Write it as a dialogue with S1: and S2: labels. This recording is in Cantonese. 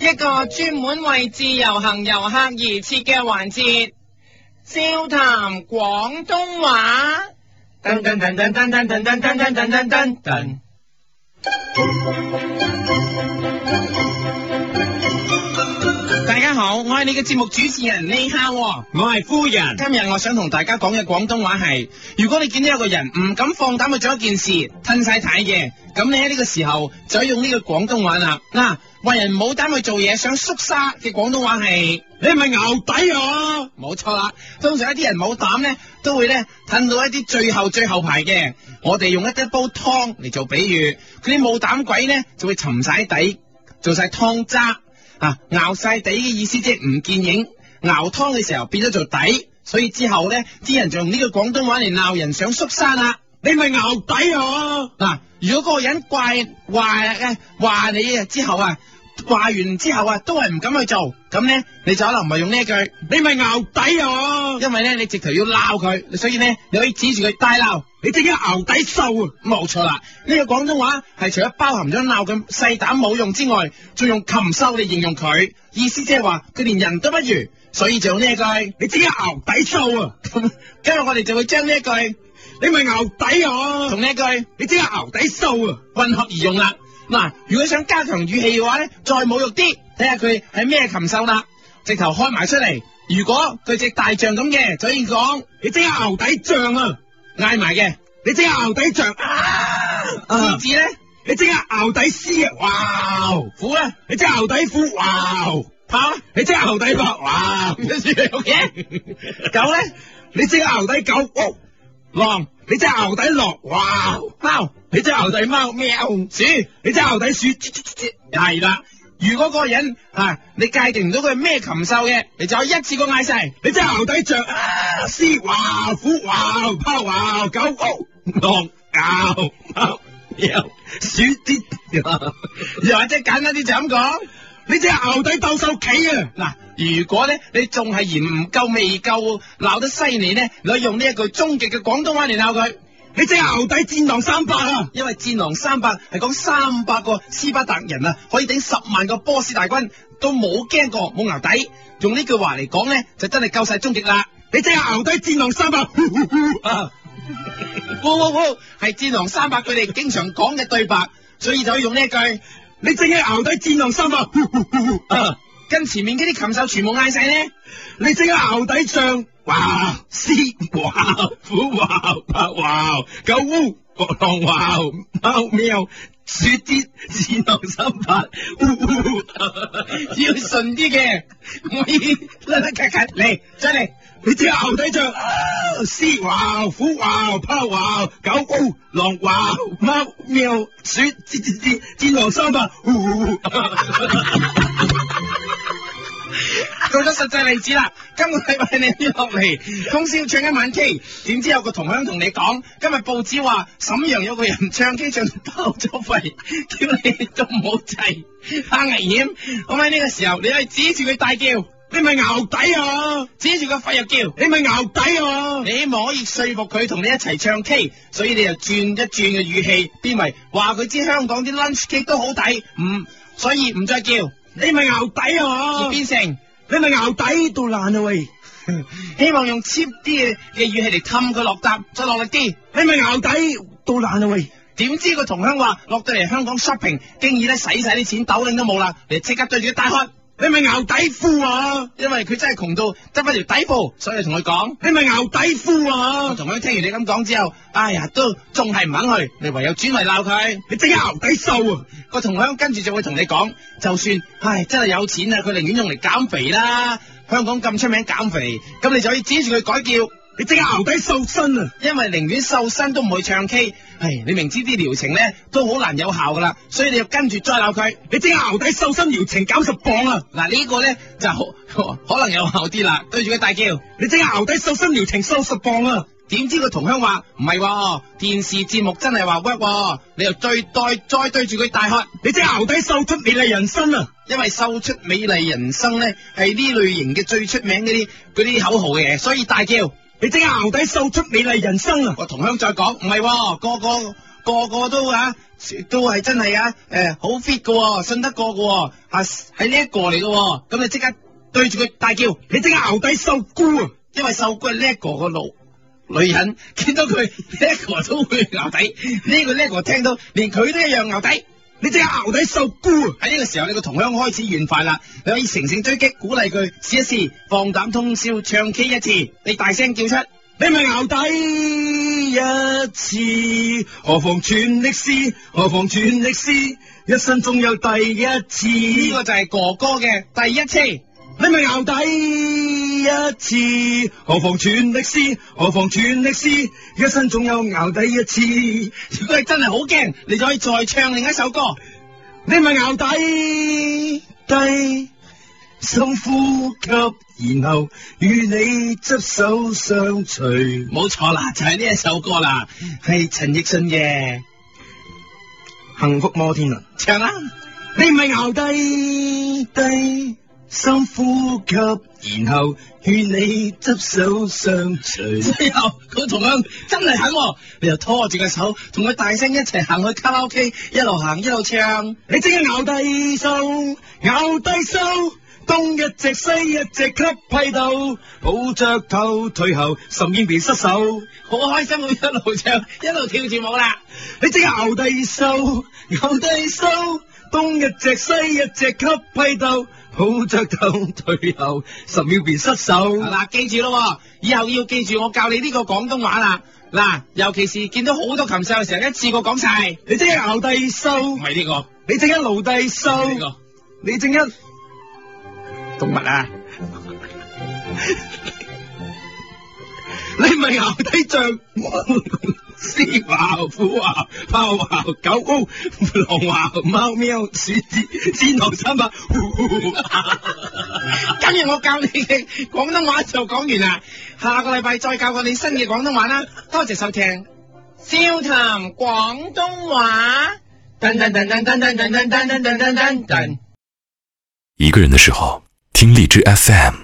S1: 一個專門為自由行遊客而設嘅環節，笑談廣東話。噔噔噔噔噔噔噔噔噔噔噔噔噔噔。大家好，我係你嘅節目主持人呢哈喎、
S2: 我係夫人，
S1: 今日我想同大家講嘅廣東話係：如果你見到有個人唔敢放膽去做一件事，吞晒太嘅，咁你喺呢個時候就可以用呢個廣東話啦。嗱、為人冇膽去做嘢，想縮沙嘅廣東話係
S2: 你係咪牛底啊？
S1: 冇錯啦。通常一啲人冇膽咧，都會咧褪到一啲最後最後排嘅。我哋用一一煲湯嚟做比喻，佢啲冇膽鬼咧就會沉晒底，做晒湯渣啊，熬晒底嘅意思即係唔見影。熬湯嘅時候變咗做底，所以之後咧啲人就用呢個廣東話嚟鬧人想縮沙啦。
S2: 你係咪牛底啊？
S1: 嗱，如果嗰個人怪話誒話你啊之後啊，話完之後啊，都係唔敢去做，咁咧你就可能唔係用呢一句，
S2: 你係咪牛底啊？
S1: 因為咧你直頭要鬧佢，所以咧你可以指住佢大鬧，
S2: 你即刻牛底瘦啊！
S1: 冇錯啦。呢、個廣東話係除咗包含咗鬧咁細膽冇用之外，仲用禽獸嚟形容佢，意思即係話佢連人都不如，所以就用呢一句。
S2: 你即刻牛底瘦啊！
S1: 咁今日我哋就會將呢一句
S2: 你係咪牛底啊？
S1: 同呢一句
S2: 你即刻牛底瘦啊！
S1: 混合而用啦。嗱，如果想加強語氣嘅話咧，再侮辱啲，睇下佢係咩禽獸啦，直頭開埋出嚟。如果佢隻大象咁嘅，就可以講
S2: 你即刻牛底象啊！
S1: 嗌埋嘅。
S2: 你即刻牛底象啊！
S1: 獅子咧，
S2: 你即刻牛底獅啊！哇！
S1: 虎咧，
S2: 你即刻牛底虎哇！
S1: 豹咧，
S2: 你即刻牛底白哇！
S1: 跟住有嘢。狗咧，
S2: 你即刻牛底狗哇！
S1: 狼、
S2: 你即刻牛底狼哇！
S1: 貓、
S2: 你即刻牛底貓喵！
S1: 鼠，
S2: 你即刻牛底鼠
S1: 係啦。如果嗰個人啊，你界定唔到佢係咩禽獸嘅，你就可以一次過嗌晒。
S2: 你真係牛底象啊！獅哇虎哇豹哇狗牛
S1: 狼
S2: 牛貓
S1: 又
S2: 鼠啲，
S1: 又或者簡單啲就咁講。
S2: 你真係牛底鬥獸棋啊！
S1: 嗱，如果咧你仲係嫌唔夠未夠鬧得犀利咧，你可以用呢一句終極嘅廣東話嚟鬧佢，
S2: 你真係牛底戰狼三百啊！
S1: 因為戰狼三百係講三百個斯巴達人啊，可以頂十萬個波斯大軍都冇驚過冇牛底，用呢句話嚟講咧就真係夠晒終極啦！
S2: 你真係牛底戰狼三百，呼呼呼
S1: 啊，呼呼呼係戰狼三百佢哋經常講嘅對白，所以就可以用呢一句
S2: 你真係牛底戰狼三百，呼呼呼呼
S1: 啊，跟前面嗰啲禽獸全部嗌晒咧。
S2: 你真係牛底象哇！獅哇虎哇豹哇狗烏狼哇貓喵鼠啲戰狼三百，呼呼呼！
S1: 要順啲嘅，唔可以甩甩咳咳嚟，再嚟。
S2: 你只牛底象，獅哇、虎哇、豹哇、狗烏、狼哇、貓喵、鼠、蜘蜘蜘、戰狼三啊！呼呼呼！
S1: 到咗實際例子啦，今個禮拜你落嚟通宵唱一晚 K，點知有個同鄉同你講，今日報紙話沈陽有個人唱 K 唱到爆咗肺，叫你都唔好滯，怕危險。咁喺呢個時候，你可以指住佢大叫，
S2: 你咪牛底啊！
S1: 指住個肺又叫。
S2: 你咪牛底啊！
S1: 你希望可以說服佢同你一齊唱 K，所以你就轉一轉嘅語氣，變為話佢知香港啲 lunch cake 都好抵，唔、所以唔再叫，
S2: 你咪牛底啊
S1: 而！變成
S2: 你咪牛底到爛啊喂！
S1: 希望用 cheap 啲嘅嘅語氣嚟氹佢落搭，再落力啲。
S2: 你咪牛底到爛啊喂！
S1: 點知個同鄉話落到嚟香港 shopping，經已咧使晒啲錢，斗零都冇啦，你即刻對住佢大喝，
S2: 你咪牛底褲啊！
S1: 因為佢真係窮到執翻條底褲，所以同佢講。
S2: 你咪牛底褲
S1: 個
S2: 啊！
S1: 同鄉聽完你咁講之後，哎呀，都仲係唔肯去，你唯有轉為鬧佢。
S2: 你即刻牛底瘦啊！
S1: 個同鄉跟住就會同你講，就算唉真係有錢啊，佢寧願用嚟減肥啦。香港咁出名減肥，咁你就可以指住佢改叫。
S2: 你即刻牛底瘦身啊！
S1: 因為寧願瘦身都唔去唱 K，唉，你明知啲療程咧都好難有效噶啦，所以你就跟住再鬧佢。
S2: 你即刻牛底瘦身療程減十磅啊！
S1: 嗱、呢個咧就好 可能有效啲啦，對住佢大叫。
S2: 你即刻牛底瘦身療程瘦十磅啊！
S1: 點知個同鄉話唔係喎，電視節目真係話 work，喎你又對對再對住佢大喝。
S2: 你即刻牛底瘦出美麗人生啊！
S1: 因為秀出美麗人生咧係呢類型嘅最出名嗰啲嗰啲口號嘅，所以大叫。
S2: 你即刻牛底瘦出美麗人生啊！
S1: 個同鄉再講唔係喎，個個個個都啊，都係真係啊，诶、好 fit 嘅、喎，信得過嘅、喎，啊係呢一個嚟嘅、喎，咁你即刻對住佢大叫，
S2: 你即刻牛底瘦菇啊！
S1: 因為瘦骨叻過個腦。女人 見到佢叻過都會牛底，呢、個叻過聽到連佢都一樣牛底。
S2: 你即刻牛底瘦菇啊！
S1: 喺呢個時候，你個同鄉開始軟化啦，你可以乘勝追擊，鼓勵佢試一試，放膽通宵唱 K 一次，你大聲叫出。
S2: 你咪牛底一次，何妨全力試？何妨全力試？一生中有第一次。
S1: 呢個就係哥哥嘅第一次。
S2: 你咪牛底一次，何妨全力試？何妨全力試？一生總有牛底一次。
S1: 如果你真係好驚，你就可以再唱另一首歌。
S2: 你咪牛底低，深呼吸，然後與你執手相隨。
S1: 冇錯啦，就係呢一首歌啦，係陳奕迅嘅，
S2: 幸福摩天輪。
S1: 唱啦。
S2: 你咪牛低低，深呼吸，然後與你執手相隨。
S1: 最後佢同樣真係肯喎，你就拖住個手，同佢大聲一齊行去卡拉 OK，一路行一路唱。
S2: 你即刻牛低收，牛低收，東一隻西一隻吸批鬥，抱着頭退後，甚煙便失手。
S1: 好開心咁一路唱，一路跳住舞啦！
S2: 你即刻牛低收，牛低收，東一隻西一隻吸批鬥，抱着頭退後，十秒便失手。
S1: 嗱，記住咯，以後要記住我教你呢個廣東話啦。嗱，尤其是見到好多禽獸嘅時候，一次過講晒。
S2: 你即刻牛低收
S1: 唔。係呢個，
S2: 你正一
S1: 唔
S2: 奴隸
S1: 係
S2: 獸，
S1: 呢
S2: 你正一
S1: 個動物啊！
S2: 你咪牛低象，獅牛虎
S1: 啊
S2: 牛豹牛狗烏狼牛貓喵鼠子戰狼三百，
S1: 今日我教你嘅廣東話就講完啦，下個禮拜再教過你新嘅廣東話啦。多謝收聽，笑談廣東話。噔噔噔噔噔噔噔噔噔噔噔噔噔。
S3: 一个人的时候，听荔枝 FM。